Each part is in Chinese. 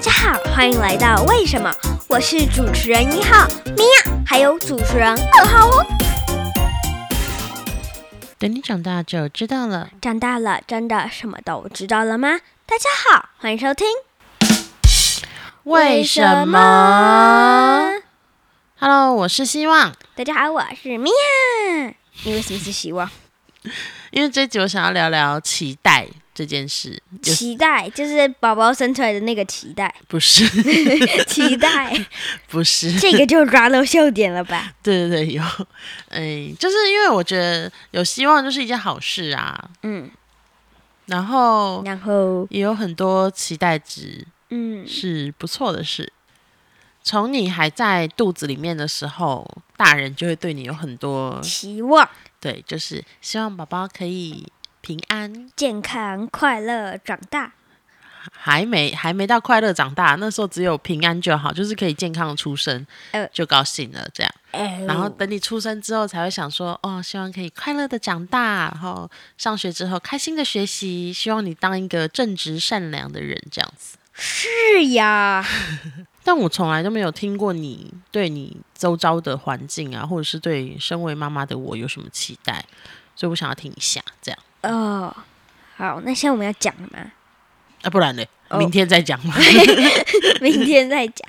家好，欢迎来到为什么？我是主持人一号米娅，还有主持人二号哦。等你长大就知道了。长大了，真的什么都知道了吗？大家好，欢迎收听。为什么？Hello，我是希望。大家好，我是米娅。你为什么是希望？因为这集我想要聊聊脐带这件事，有脐带就是宝宝生出来的那个脐 带，不是 脐带，不是，这个就抓到笑点了 吧？对对对，有，哎，就是因为我觉得有希望就是一件好事啊，嗯，然后然后也有很多期待值嗯，是不错的事。从你还在肚子里面的时候，大人就会对你有很多期望对，就是希望宝宝可以平安，健康快乐长大，还没还没到快乐长大，那时候只有平安就好，就是可以健康的出生呃，就高兴了这样。哎然后等你出生之后，才会想说，哦，希望可以快乐的长大，然后上学之后开心的学习，希望你当一个正直善良的人这样子。是呀，但我从来都没有听过你对你周遭的环境啊，或者是对身为妈妈的我有什么期待，所以我想要听一下这样哦，好，那现在我们要讲了吗？ 啊，不然呢，哦明天再讲吧。明天再讲。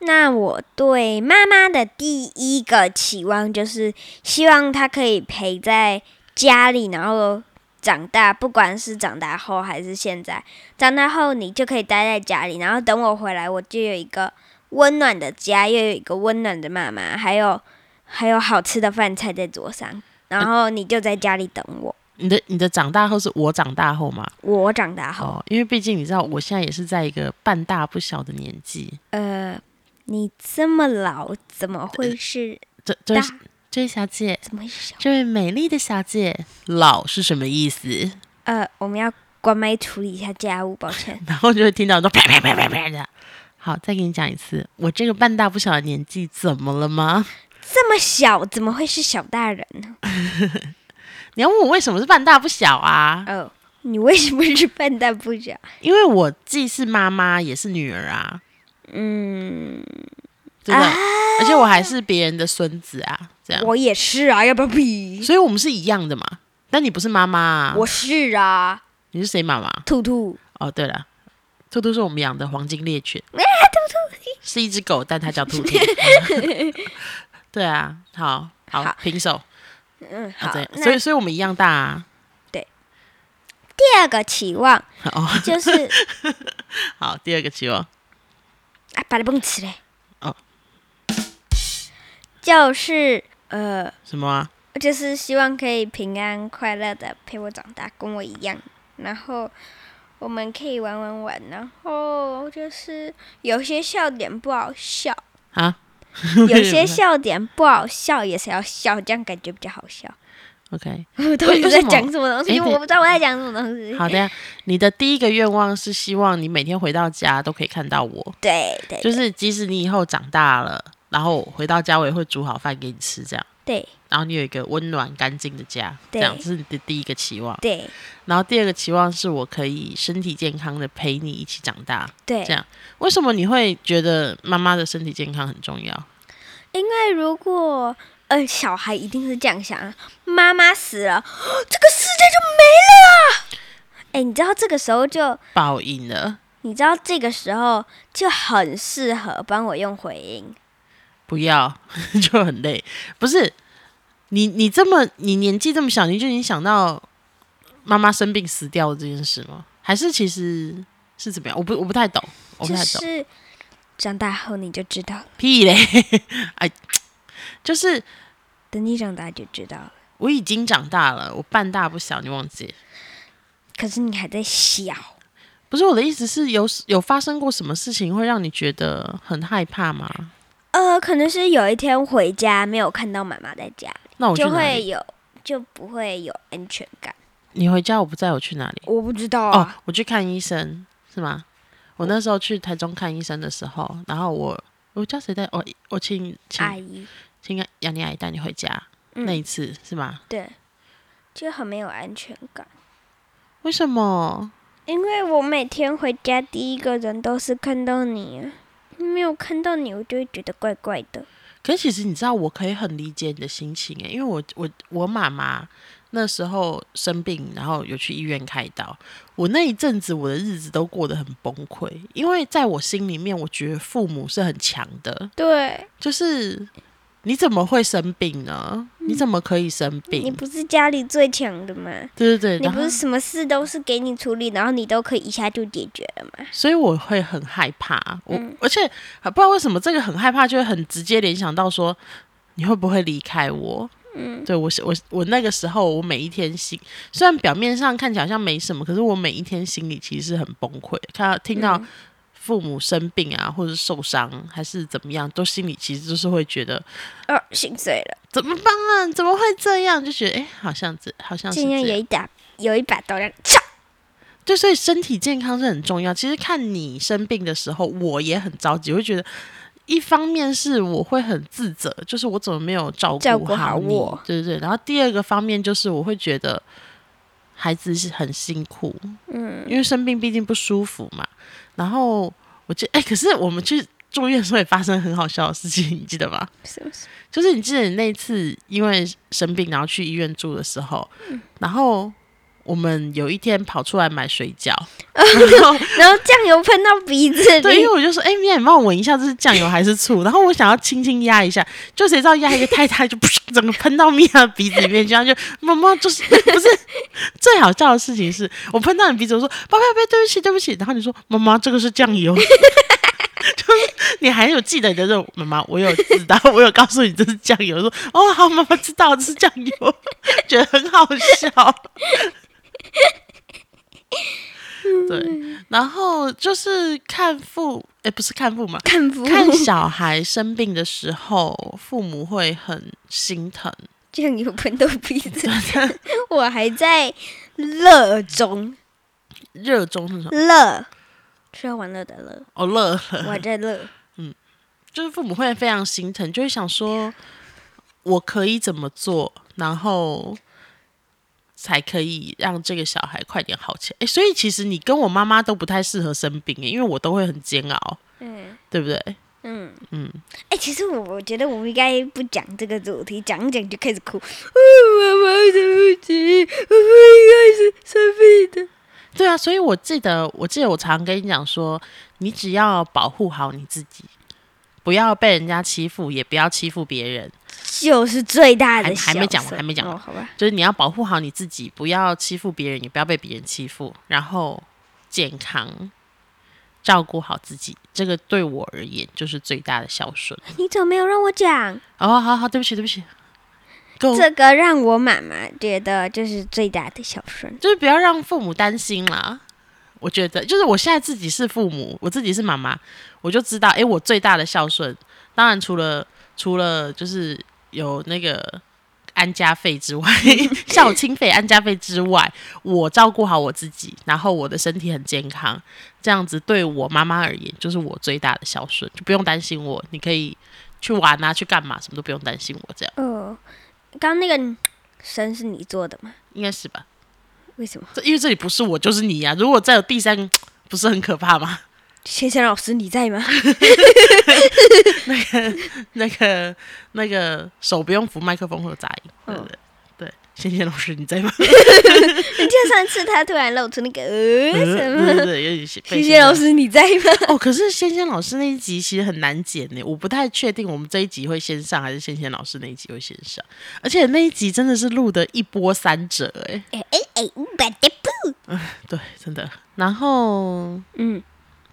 那我对妈妈的第一个期望就是希望她可以陪在家里，然后长大，不管是长大后还是现在，长大后你就可以待在家里，然后等我回来，我就有一个温暖的家，又有一个温暖的妈妈，还有还有好吃的饭菜在桌上，然后你就在家里等我。 你的你的长大后是我长大后吗？我长大后，哦，因为毕竟你知道，我现在也是在一个半大不小的年纪，呃，你这么老，怎么会是这这大位？这位小姐，怎么会是小？这位美丽的小姐，老是什么意思？ 呃，我们要关麦处理一下家务，抱歉。然后就会听到说啪啪啪啪啪的。好，再给你讲一次，我这个半大不小的年纪怎么了吗？ 这么小，怎么会是小大人呢？你要问我为什么是半大不小啊？哦，你为什么是半大不啊小？因为我既是妈妈也是女儿啊，嗯，对不对？而且我还是别人的孙子啊，这样，啊我也是啊，要不要比？所以我们是一样的嘛。但你不是妈妈、啊，我是啊，你是谁妈妈？兔兔，哦，对了，兔兔是我们养的黄金猎犬，兔兔是一只狗，但它叫兔兔。对啊，好好好平手，嗯，好啊、对，，那所以所以我们一样大啊。第二个期望哦，就是 好，第二个期望，啊，巴拉蹦起嘞，哦，就是呃，什么、啊？就是希望可以平安快乐的陪我长大，跟我一样。然后我们可以玩玩玩，然后就是有些笑点不好 笑，啊有些笑点不好笑也是要笑，这样感觉比较好 笑。 OK，我到底为在什么讲什么东西？哎对我不知道我在讲什么东西。好的呀。你的第一个愿望是希望你每天回到家都可以看到我，对对就对是即使你以后长大了，然后我回到家我也会煮好饭给你吃，这样，对然后你有一个温暖干净的家，这对样这是你的第一个期望。对然后第二个期望是我可以身体健康的陪你一起长大。对这样为什么你会觉得妈妈的身体健康很重要？因为如果呃小孩一定是这样想啊，妈妈死了， 这个世界就没了啊。哎，你知道这个时候就报应了，你知道这个时候就很适合帮我用回音，不要 就很累。不是你，你这么你年纪这么小，你就已经想到妈妈生病死掉的这件事吗？还是其实是怎么样？我不我不太懂，我不就太懂。是长大后你就知道了，屁嘞！ 哎，就是等你长大就知道了。我已经长大了，我半大不小，你忘记了？可是你还在小，不是我的意思是有有发生过什么事情会让你觉得很害怕吗？呃，可能是有一天回家没有看到妈妈在家，那哦我去就哪会里？有就不会有安全感。你回家我不在，我去哪里？我不知道哦，我去看医生是吗？我那时候去台中看医生的时候，然后我我叫谁带我我请阿请姨，请杨丽阿姨带你回家、那一嗯，次是吗？对，就很没有安全感。为什么？因为我每天回家第一个人都是看到你、啊，没有看到你，我就会觉得怪怪的。可是其实你知道，我可以很理解你的心情欸诶，因为我我我妈妈那时候生病，然后有去医院开刀。我那一阵子我的日子都过得很崩溃，因为在我心里面，我觉得父母是很强的，对，就是你怎么会生病呢？你怎么可以生嗯你病？不是家里最强的吗？对对对，你然不后是什么事都是给你处理，然后你都可以一下就解决了吗？所以我会很害怕，我、而且啊不知道为什么这个很害怕，就会很直接联想到说你会不会离开我？嗯，对我是我我那个时候我每一天心，虽然表面上看起来好像没什么，可是我每一天心里其实是很崩溃。看到听到父母生病啊，或者是受伤还是怎么样，都心里其实就是会觉得哦，心碎了，怎么办啊？怎么会这样？就觉得哎、诶好像这好像是今这天有样一打有一把刀让你插对，所以身体健康是很重要。其实看你生病的时候，我也很着急，我会觉得一方面是我会很自责，就是我怎么没有照照顾顾好你我对对对。然后第二个方面就是我会觉得孩子是很辛苦，嗯，因为生病毕竟不舒服嘛。然后我记，哎，可是我们去住院的时候也发生很好笑的事情，你记得吗？是不是？就是你记得你那次因为生病然后去医院住的时候，嗯然后我们有一天跑出来买水饺，然后然后酱油喷到鼻 子对，因里为，我就说，哎、米娅，你帮我闻一下这是酱油还是醋，然后我想要轻轻压一下，就谁知道压一个太大就噗，整个喷到米娅的鼻子里面，这样就妈妈就是不是最好笑的事情是我喷到你鼻子，我说爸爸，爸爸，对不起，对不起，然后你说妈妈这个是酱油。 就是你还有记得你的任务，妈妈，我有知道，我有告诉你这是酱油，我说哦好，妈妈知道这是酱油，觉得很好笑。 对，然后就是看父，哎，不是看父母，看不看小孩生病的时候，父母会很心疼。酱油喷到鼻子， 我还在乐中 热衷是什么？乐，吃喝玩乐的 乐，哦，乐，我还在乐。就是父母会非常心疼，就会想说，我可以怎么做，然后才可以让这个小孩快点好起来。哎，所以其实你跟我妈妈都不太适合生病，诶因为我都会很煎熬，嗯对不对？嗯，嗯，哎、其实我我觉得我们应该不讲这个主题，讲一讲就开始 哭。妈妈，对不起，我应该是生病的。对啊，所以我记得，我记得我常跟你讲说，你只要保护好你自己，不要被人家欺负，也不要欺负别人。就是最大的还还没讲小完声还没讲完哦，好吧。就是你要保护好你自己，不要欺负别人，也不要被别人欺负，然后健康，照顾好自己，这个对我而言就是最大的孝顺。你怎么没有让我讲？哦，好好，对不起，对不起，够，这个让我妈妈觉得就是最大的孝顺。就是不要让父母担心啦。我觉得，就是我现在自己是父母，我自己是妈妈，我就知道，诶，我最大的孝顺，当然除了除了就是有那个安家费之外，孝亲费、安家费之外，我照顾好我自己，然后我的身体很健康，这样子对我妈妈而言，就是我最大的孝顺，就不用担心我，你可以去玩啊，去干嘛，什么都不用担心我，这样哦，刚刚那个声是你做的吗？应该是吧？为什么？这因为这里不是我就是你啊呀、如果再有第三个，不是很可怕吗？先生老师你在吗？ 那个那个手不用扶麦克风会有杂音，对嗯不对？对，仙仙老师你在 吗？你记得上次他突然露出那个呃对什 对么？对，有点被谢谢老师你在吗？ 哦。可是仙仙老师那一集其实很难剪呢，我不太确定我们这一集会先上还是仙仙老师那一集会先上，而且那一集真的是录的一波三折哎， 哎哎哎，我的不，对，真的。然后嗯，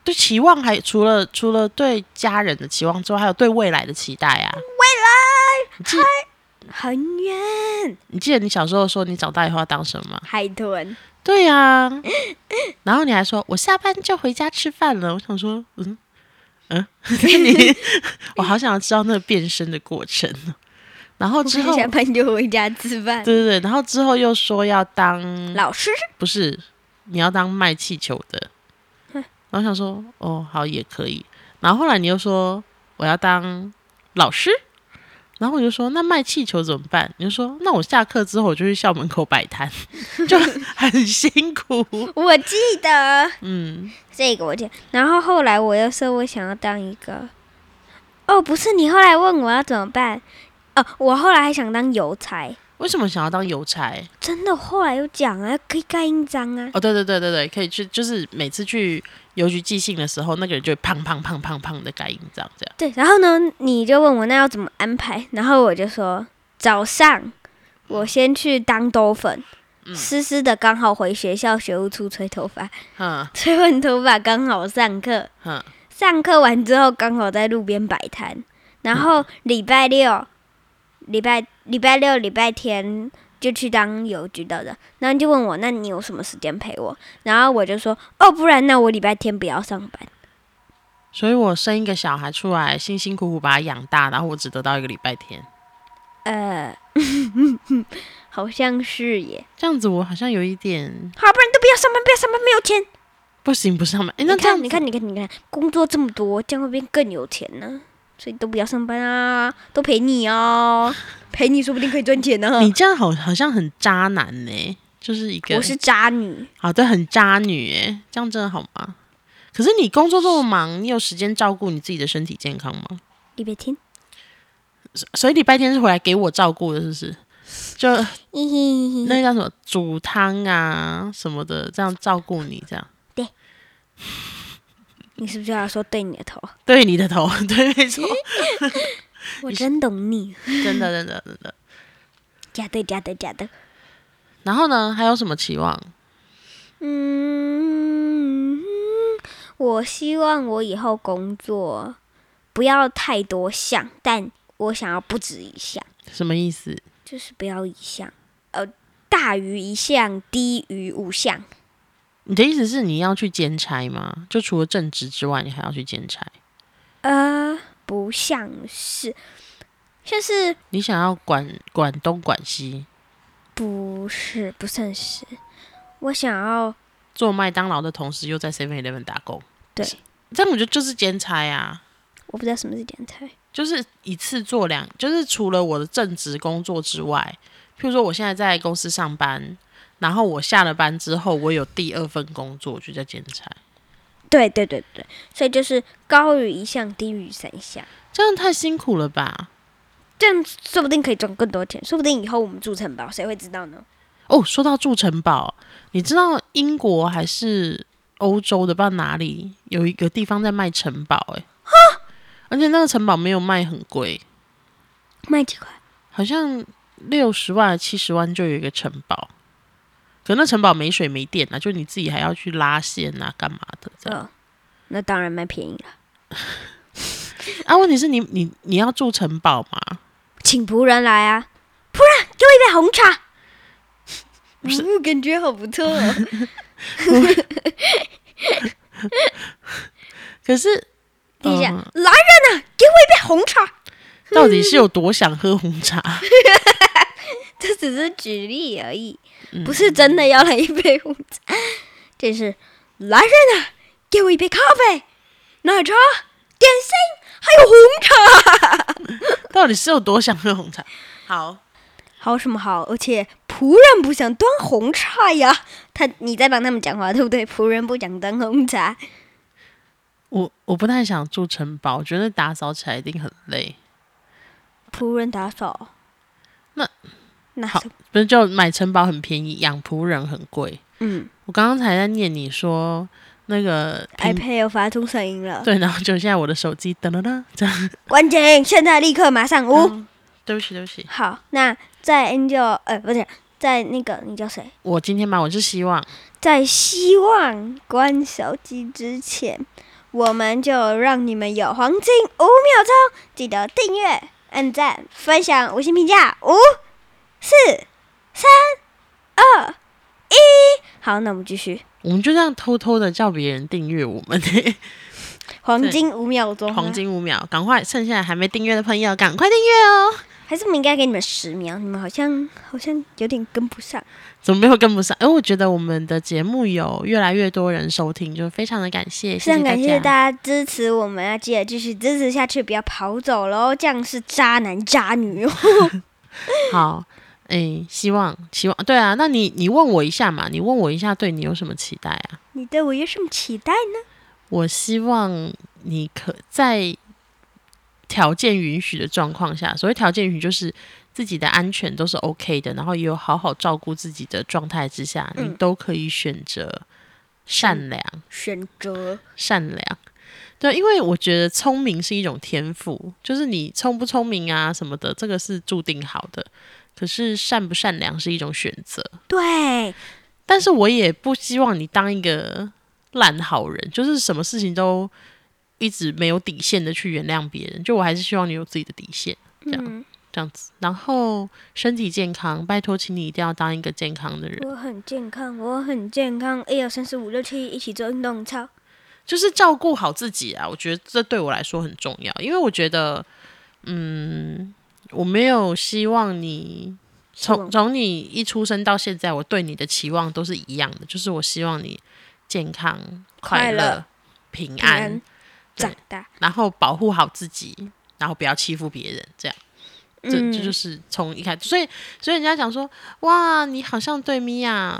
对期望还除了除了对家人的期望之外，还有对未来的期待啊。你记很远，你记得你小时候说你长大以后要当什么吗？海豚，对呀、 然后你还说我下班就回家吃饭了，我想说，嗯嗯， 你我好想要知道那个变身的过程哦。然 后之后，下对班就回家吃饭。对对，然后之后又说要当，老师，不是你要当卖气球的，然后想说，哦，好也可以。然后后来你又说我要当老师，然后我就说那卖气球怎么办？你就说那我下课之后我就去校门口摆摊，就 很辛苦。 我记得嗯，这个我记得，然后后来我又说我想要当一个，哦，不是你后来问我要怎么办，哦，我后来还想当邮差，为什么想要当邮差？真的，我后来有讲啊，可以盖印章啊，哦，对对对对对，可以去，就是每次去邮局寄信的时候，那个人就会砰砰砰砰砰的盖印章，这样。对，然后呢，你就问我那要怎么安排，然后我就说早上我先去当兜粉，湿湿的刚好回学校学务处吹头发，嗯 吹完头发刚好上课，哼，上课完之后刚好在路边摆摊，然后礼拜六、礼拜礼拜六、礼拜天就去当邮局的人，然后就问我，那你有什么时间陪我？然后我就说，哦，不然那我礼拜天不要上班。所以我生一个小孩出来，辛辛苦苦把他养大，然后我只得到一个礼拜天，呃， 好像是耶，这样子我好像有一点好，不然都不要上班，不要上班，没有钱。不行不上班。哎，那你这样子看，你看，你看，你看，工作这么多，这样会变更有钱呢、所以都不要上班啊，都陪你 哦，陪你说不定可以赚钱呢、你这样好好像很渣男呢、就是一个我是渣女。好对很渣女哎、这样真的好吗？可是你工作这么忙，你有时间照顾你自己的身体健康吗？礼拜天，所以礼拜天是回来给我照顾的，是不是？就那个叫什么煮汤啊什么的，这样照顾你，这样你是不是要说对你的头？ 对你的头， 对，没错，我真懂你，真的，真的，真的。假的假的假的。然后呢，还有什么期望？嗯，我希望我以后工作不要太多项，但我想要不止一项，什么意思？就是不要一项，呃，大于一项，低于五项。你的意思是你要去兼差吗？就除了正职之外，你还要去兼差？呃，不像是，就是你想要管管东管西，不是不算是，我想要做麦当劳的同时又在 Seven Eleven 打工，对，这样我觉得就是兼差啊，我不知道什么是剪裁，就是一次做两，就是除了我的正职工作之外，譬如说我现在在公司上班，然后我下了班之后，我有第二份工作就叫兼差，对对对对，所以就是高于一项，低于三项，这样太辛苦了吧？这样说不定可以赚更多钱，说不定以后我们住城堡，谁会知道呢？哦，说到住城堡，你知道英国还是欧洲的，不知道哪里有一个地方在卖城堡、欸，而且那个城堡没有卖很贵，卖几块？好像六十万、七十万就有一个城堡，可那城堡没水没电啊，就你自己还要去拉线啊，干嘛的这样？哦，那当然卖便宜了，啊，问题是你你你要住城堡吗？请仆人来啊！仆人，给我一杯红茶。不 是嗯，感觉好不错、哦。可是 等一下，嗯来人呐、给我一杯红茶。到底是有多想喝红茶？ 这只是举例而已，嗯不是真的要来一杯红茶。这是来人呐、给我一杯咖啡、奶茶、点心，还有红茶。到底是有多想喝红茶？好，好什么好？而且仆人不想端红茶呀。他你在帮他们讲话，对不对？仆人不想端红茶，我我不太想住城堡，我觉得打扫起来一定很累。仆人打扫。那那好什么不是就买城堡很便宜，养仆人很贵。嗯我刚刚才在念你说那个平，iPad 又发出声音了，对，然后就现在我的手机噔噔噔，这样。关静，现在立刻马上五。嗯对不起，对不起，好，那在 Angel，呃，不是在那个你叫谁？我今天嘛，我是希望在希望关手机之前，我们就让你们有黄金五秒钟，记得订阅、按赞、分享、五星评价。五、四、三、二、一。好，那我们继续。 我们就这样偷偷的叫别人订阅我们、黄黄金五秒钟、啊，黄金五秒，赶快趁现在还没订阅的朋友，赶快订阅哦！还是我们应该给你们十秒？你们好像好像有点跟不上。怎么没有跟不上？哎、我觉得我们的节目有越来越多人收听，就非常的感谢，非谢常谢感谢家。大家支持我们啊！记得继续支持下去，不要跑走喽，这样是渣男渣女哦。好，哎、希望希望对啊，那你你问我一下嘛，你问我一下，对你有什么期待啊？你对我有什么期待呢？我希望你可在条件允许的状况下，所谓条件允许就是自己的安全都是 OK 的，然后也有好好照顾自己的状态之下，你嗯都可以选择善良。选择善良。对，因为我觉得聪明是一种天赋，就是你聪不聪明啊什么的，这个是注定好的。可是善不善良是一种选择，对，但是我也不希望你当一个烂好人，就是什么事情都一直没有底线的去原谅别人。就我还是希望你有自己的底线，这样、嗯，这样子。然后身体健康，拜托，请你一定要当一个健康的人。我很健康，我很健康，一二三四五六七，一起做运动操。就是照顾好自己啊，我觉得这对我来说很重要，因为我觉得，嗯，我没有希望你从望从你一出生到现在，我对你的期望都是一样的，就是我希望你健康、快快乐乐、平平安，安对长大，然后保护好自己，然后不要欺负别人，这样。这嗯，这就是从一开始，所以所以人家讲说，哇，你好像对米娅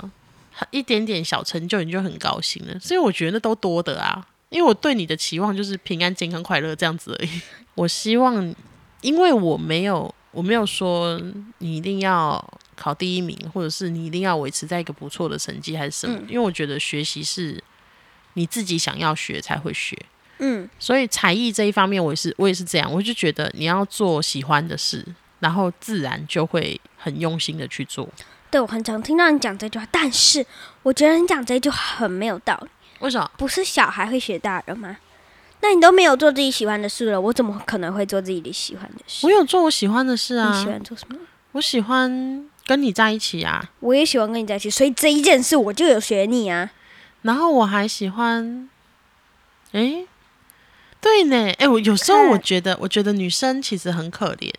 一点点小成就你就很高兴了，所以我觉得都多的啊，因为我对你的期望就是平安、健康、快乐这样子而已。 我希望，因为我没有我没有说你一定要考第一名，或者是你一定要维持在一个不错的成绩还是什么，嗯因为我觉得学习是你自己想要学才会学，嗯，所以才艺这一方面，我也是我也是这样，我就觉得你要做喜欢的事，然后自然就会很用心的去做。对我很常听到你讲这句话，但是我觉得你讲这句话很没有道理。为什么？不是小孩会学大人吗？那你都没有做自己喜欢的事了，我怎么可能会做自己喜欢的事？我有做我喜欢的事啊你，喜欢做什么？我喜欢跟你在一起啊，我也喜欢跟你在一起，所以这一件事我就有学你啊。然后我还喜欢，诶，对呢，诶，我有时候看我觉得，我觉得女生其实很可怜，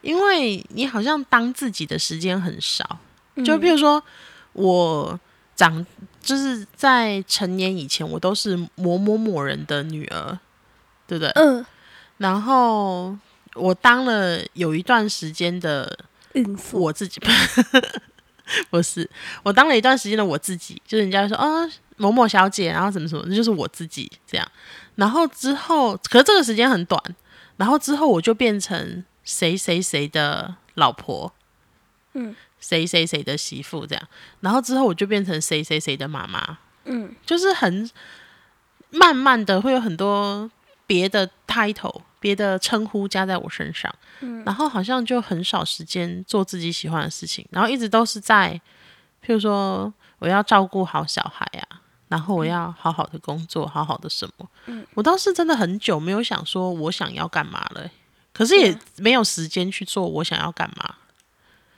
因为你好像当自己的时间很少。就比嗯如说我长就是在成年以前，我都是某某某人的女儿，对不对？嗯，然后我当了有一段时间的孕妇，我自己， 不是我当了一段时间的我自己，就是人家说啊、某某小姐，然后什么什么，那就是我自己这样。然后之后，可是这个时间很短，然后之后我就变成谁谁谁的老婆，嗯，谁谁谁的媳妇这样。然后之后我就变成谁谁谁的妈妈，嗯，就是很慢慢的会有很多别的 title、别的称呼加在我身上，然后好像就很少时间做自己喜欢的事情，然后一直都是在，譬如说我要照顾好小孩啊，然后嗯我要好好的工作，好好的什么，我倒是真的很久没有想说我想要干嘛了欸、可是也对啊没有时间去做我想要干嘛，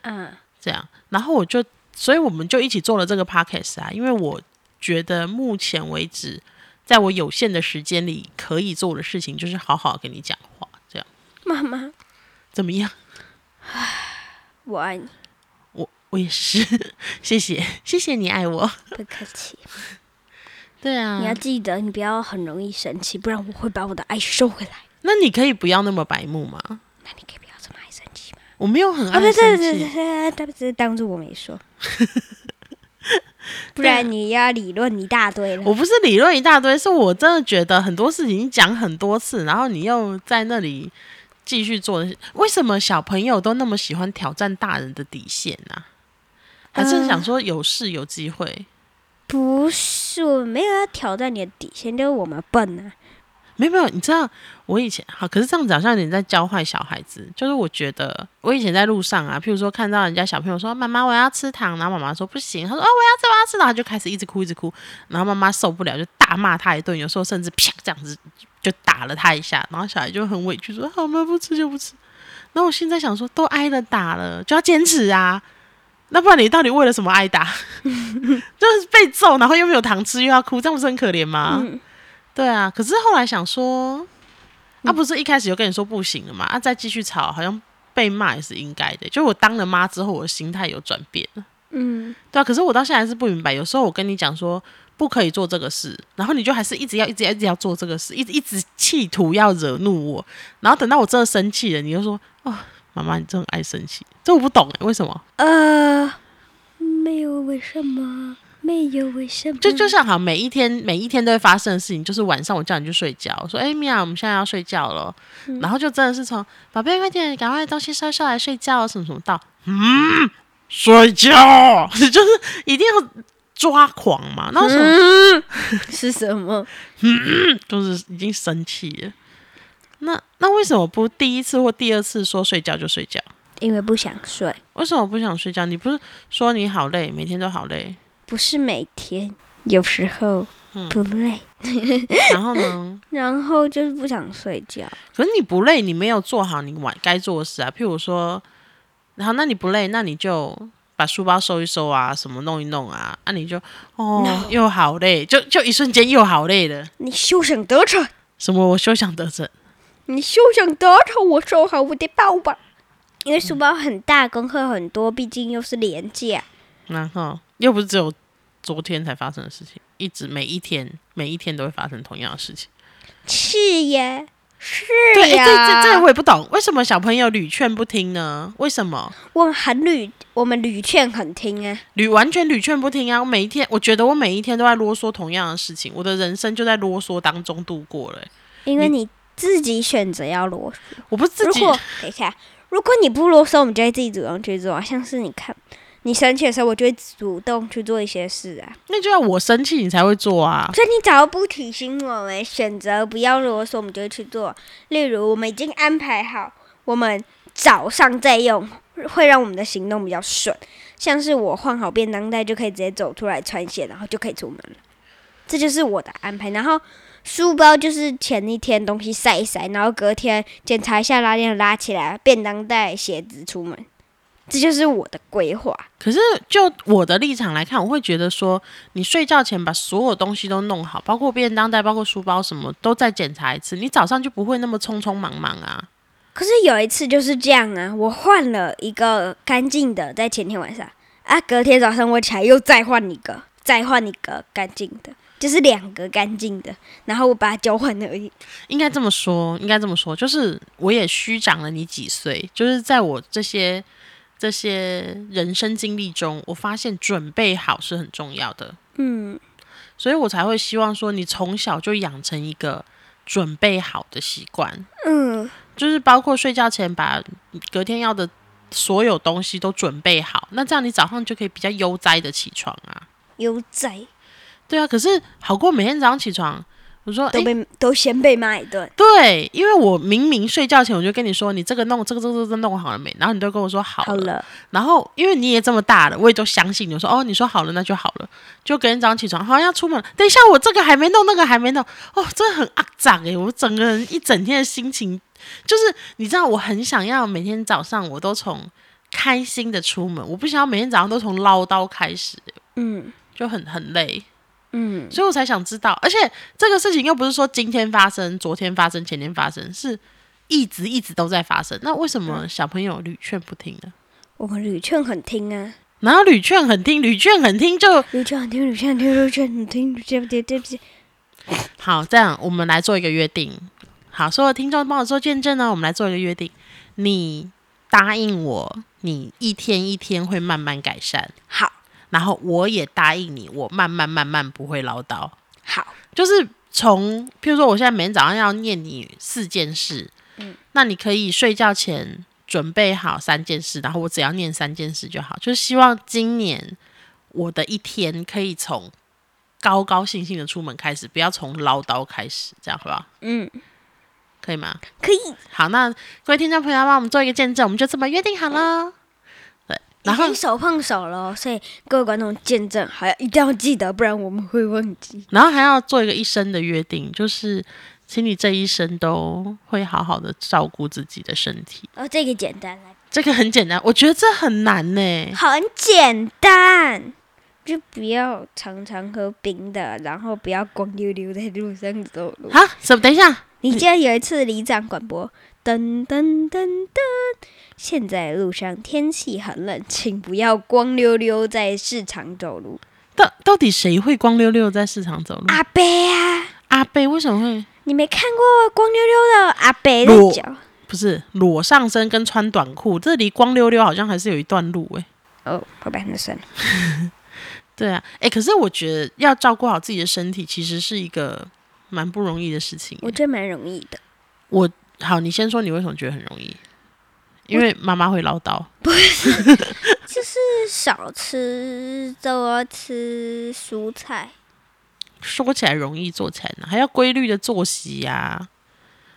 啊，这样，然后我就，所以我们就一起做了这个 podcast 啊，因为我觉得目前为止，在我有限的时间里可以做的事情，就是好好跟你讲话，这样妈妈，怎么样？我爱你，我我也是， 谢谢谢谢你爱我，不客气。对啊你要记得，你不要很容易生气，不然我会把我的爱收回来。那你可以不要那么白目吗？那你可以不要这么爱生气吗？我没有很啊，爱对对生对气，对对，对，当做我没说，不对啊然你要理论一大堆了。我不是理论一大堆，是我真的觉得很多事情你讲很多次，然后你又在那里继续做。为什么小朋友都那么喜欢挑战大人的底线啊？还呃是想说有事有机会？不是，我没有要挑战你的底线，就是我们笨啊。没有没有，你知道我以前好，可是这样子好像有点在教坏小孩子。就是我觉得我以前在路上啊，譬如说看到人家小朋友说“妈妈，我要吃糖”，然后妈妈说“不行”，他说“哦，我要吃，我要吃”，然后他就开始一直哭一直哭，然后妈妈受不了就大骂他一顿，有时候甚至啪这样子就打了他一下，然后小孩就很委屈说：“好嘛，不吃就不吃。”然后我现在想说，都挨了打了，就要坚持啊。 那不然你到底为了什么挨打？就是被揍，然后又没有糖吃，又要哭，这样不是很可怜吗？嗯对啊，可是后来想说，啊，不是一开始就跟你说不行了嘛？啊，再继续吵，好像被骂也是应该的。就我当了妈之后，我的心态有转变了。嗯，对啊，可是我到现在还是不明白，有时候我跟你讲说不可以做这个事，然后你就还是一直要、一直要、一直要做这个事，一直一直企图要惹怒我，然后等到我真的生气了，你就说哦，妈妈，你真的很爱生气，这我不懂哎，为什么？呃，没有为什么，没有为什么，就就像好像每一天每一天都会发生的事情，就是晚上我叫你去睡觉，我说哎米娅，我们现在要睡觉了，然后就真的是从宝贝快点赶快东西收下来睡觉，什么什么到嗯睡觉， 就是一定要抓狂嘛，然后什么、嗯，是什么？就是已经生气了。那那为什么不第一次或第二次说睡觉就睡觉？因为不想睡，为什么不想睡觉？你不是说你好累，每天都好累，不是每天，有时候嗯不累，然后呢？然后就是不想睡觉。可是你不累，你没有做好你晚该做的事啊。譬如说，然后那你不累，那你就把书包收一收啊，什么弄一弄啊，啊你就哦 No 又好累，就就一瞬间又好累了。你休想得逞！什么我休想得逞，你休想得逞！我收好我的包吧，因为书包很大，功课很多，毕竟又是廉价。然后又不是只有昨天才发生的事情，一直每一天每一天都会发生同样的事情。是耶，是对，诶呀。这这这我也不懂，为什么小朋友屡劝不听呢？为什么我们很屡，我们屡劝很听啊。屡完全屡劝不听啊？我每一天，我觉得我每一天都在啰嗦同样的事情，我的人生就在啰嗦当中度过了、诶欸因为你自己选择要啰嗦。我不是自如己，果等一下，如果你不啰嗦，我们就会自己主动去做啊。像是你看，你生气的时候，我就会主动去做一些事啊。那就要我生气你才会做啊。所以你只要不提醒我们，选择不要啰嗦，我们就会去做。例如，我们已经安排好，我们早上再用，会让我们的行动比较顺。像是我换好便当袋，就可以直接走出来穿鞋，然后就可以出门了。这就是我的安排。然后书包就是前一天东西晒一晒，然后隔天检查一下拉链拉起来，便当袋、鞋子出门。这就是我的规划。可是就我的立场来看，我会觉得说，你睡觉前把所有东西都弄好，包括便当袋、包括书包什么，都再检查一次，你早上就不会那么匆匆忙忙啊。可是有一次就是这样啊，我换了一个干净的，在前天晚上啊，隔天早上我起来又再换一个，再换一个干净的，就是两个干净的，然后我把它交换而已。应该这么说，应该这么说，就是我也虚长了你几岁，就是在我这些这些人生经历中，我发现准备好是很重要的，嗯，所以我才会希望说，你从小就养成一个准备好的习惯，嗯，就是包括睡觉前把隔天要的所有东西都准备好，那这样你早上就可以比较悠哉的起床啊。悠哉对啊，可是好过每天早上起床，我说都诶被、都先被骂一顿，对，因为我明明睡觉前我就跟你说，你这个弄这个这个这个弄好了没？然后你都跟我说好了。好了，然后因为你也这么大了，我也都相信你我说哦，你说好了那就好了。就隔天早上起床，好像要出门，等一下我这个还没弄，那个还没弄，哦，真的很肮脏诶，我整个人一整天的心情就是，你知道我很想要每天早上我都从开心的出门，我不想要每天早上都从唠叨开始，嗯就很很累。嗯，所以我才想知道。而且这个事情又不是说今天发生、昨天发生、前天发生，是一直一直都在发生。那为什么小朋友屡劝不听呢？我们屡劝很听啊，然后屡劝很听，屡劝很听就屡劝很听，屡劝很听，屡劝很听，对不对？对不对？好。这样我们来做一个约定。好，所有听众帮我做见证呢，啊我们来做一个约定。你答应我，你一天一天会慢慢改善，好然后我也答应你，我慢慢慢慢不会唠叨。好，就是从，譬如说，我现在每天早上要念你四件事，嗯，那你可以睡觉前准备好三件事，然后我只要念三件事就好。就是希望今年我的一天可以从高高兴兴的出门开始，不要从唠叨开始，这样好不好？嗯，可以吗？可以，好，那各位听众朋友，帮我们做一个见证，我们就这么约定好了。对，然后已经手碰手了哦，所以各位观众见证，好像一定要记得，不然我们会忘记。然后还要做一个一生的约定，就是请你这一生都会好好的照顾自己的身体。哦，这个简单来，这个很简单，我觉得这很难呢。很简单。就不要常常喝冰的，然后不要光溜溜在路上走路。啊，什么？等一下，你记得有一次里长广播，噔噔噔噔，现在路上天气很冷，请不要光溜溜在市场走路。到到底谁会光溜溜在市场走路？阿贝啊，阿贝为什么会你没看过光溜溜的阿贝在脚？不是裸上身跟穿短裤？这离光溜溜好像还是有一段路哎、哦，好吧，那算了。对啊，哎、可是我觉得要照顾好自己的身体，其实是一个蛮不容易的事情。我觉得蛮容易的，我好，你先说你为什么觉得很容易？因为妈妈会唠叨，是少吃，多吃蔬菜。说起来容易，做起来难，还要规律的作息呀、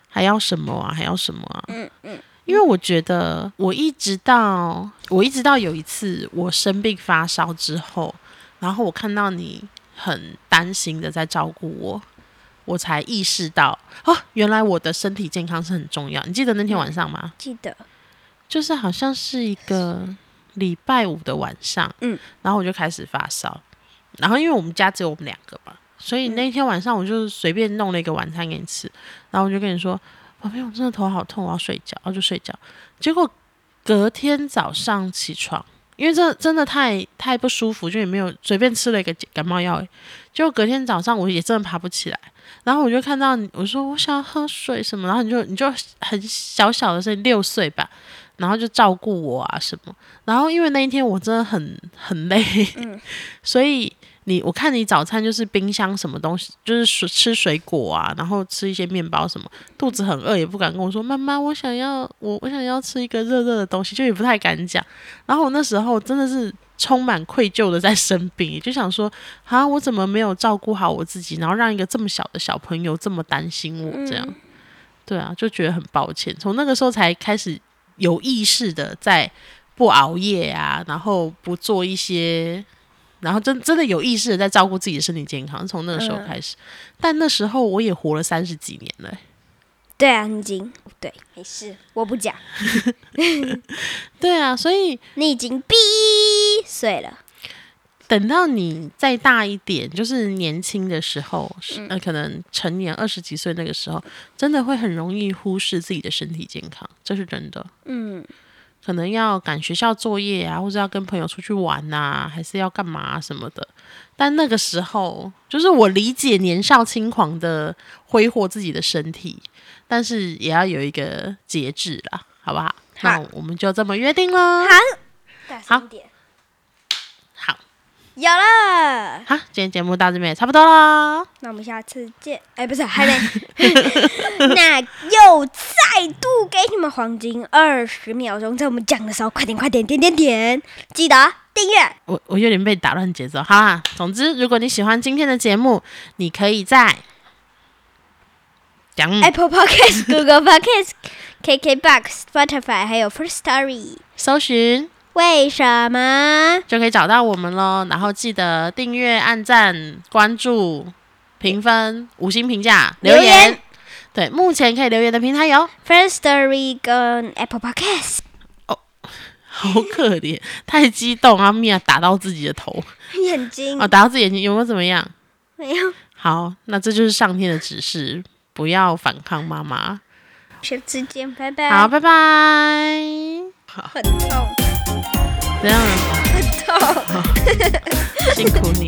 还要什么啊，还要什么啊？嗯嗯。因为我觉得，我一直到我一直到有一次我生病发烧之后，然后我看到你很担心的在照顾我，我才意识到哦，原来我的身体健康是很重要。你记得那天晚上吗？记得就是好像是一个礼拜五的晚上，嗯，然后我就开始发烧，然后因为我们家只有我们两个嘛，所以那天晚上我就随便弄了一个晚餐给你吃，然后我就跟你说，宝贝，我真的头好痛，我要睡觉，然后就睡觉。结果隔天早上起床，因为这真的太太不舒服，就也没有随便吃了一个感冒药，结果隔天早上我也真的爬不起来。然后我就看到你，我说我想要喝水什么，然后你就你就很小小的声音，六岁吧，然后就照顾我啊什么。然后因为那一天我真的很 很累，所以你我看你早餐就是冰箱什么东西，就是水吃水果啊，然后吃一些面包什么，肚子很饿也不敢跟我说妈妈，我想要我我想要吃一个热热的东西，就也不太敢讲。然后我那时候真的是。充满愧疚的在生病，就想说啊，我怎么没有照顾好我自己，然后让一个这么小的小朋友这么担心嗯我这样？对啊，就觉得很抱歉。从那个时候才开始有意识的在不熬夜啊，然后不做一些，然后真真的有意识的在照顾自己的身体健康。从那个时候开始，但那时候我也活了三十几年了欸、对啊，你已经对，没事，我不讲，对啊，所以你已经闭岁了。等到你再大一点，就是年轻的时候，是嗯呃，可能成年二十几岁那个时候，真的会很容易忽视自己的身体健康，这是真的。嗯，可能要赶学校作业啊，或者要跟朋友出去玩呐、还是要干嘛、什么的。但那个时候，就是我理解年少轻狂的挥霍自己的身体，但是也要有一个节制啦，好不好？好那我们就这么约定喽。大声点，好，有了。好，今天节目到这边也差不多啦。那我们下次见。哎，不是，还没。 那又再度给你们黄金二十秒钟，在我们讲的时候，快点，快点，点点点，记得订阅。我我有点被打乱节奏，好啦。总之，如果你喜欢今天的节目，你可以在讲 Apple Podcast、Google Podcast、KKBox、Spotify 还有 First Story。搜寻为什么？就可以找到我们喽。然后记得订阅、按赞、关注、评分、五星评价、留留言言。对，目前可以留言的平台有， First Story 跟 Apple Podcast 好可怜，太激动啊！米娅打到自己的头，眼睛、哦，打到自己眼睛，有没有怎么样？没有，好，那这就是上天的指示，不要反抗妈妈。下次见，拜拜。好，，拜拜。好，很痛，这样啊很痛。 辛苦你了。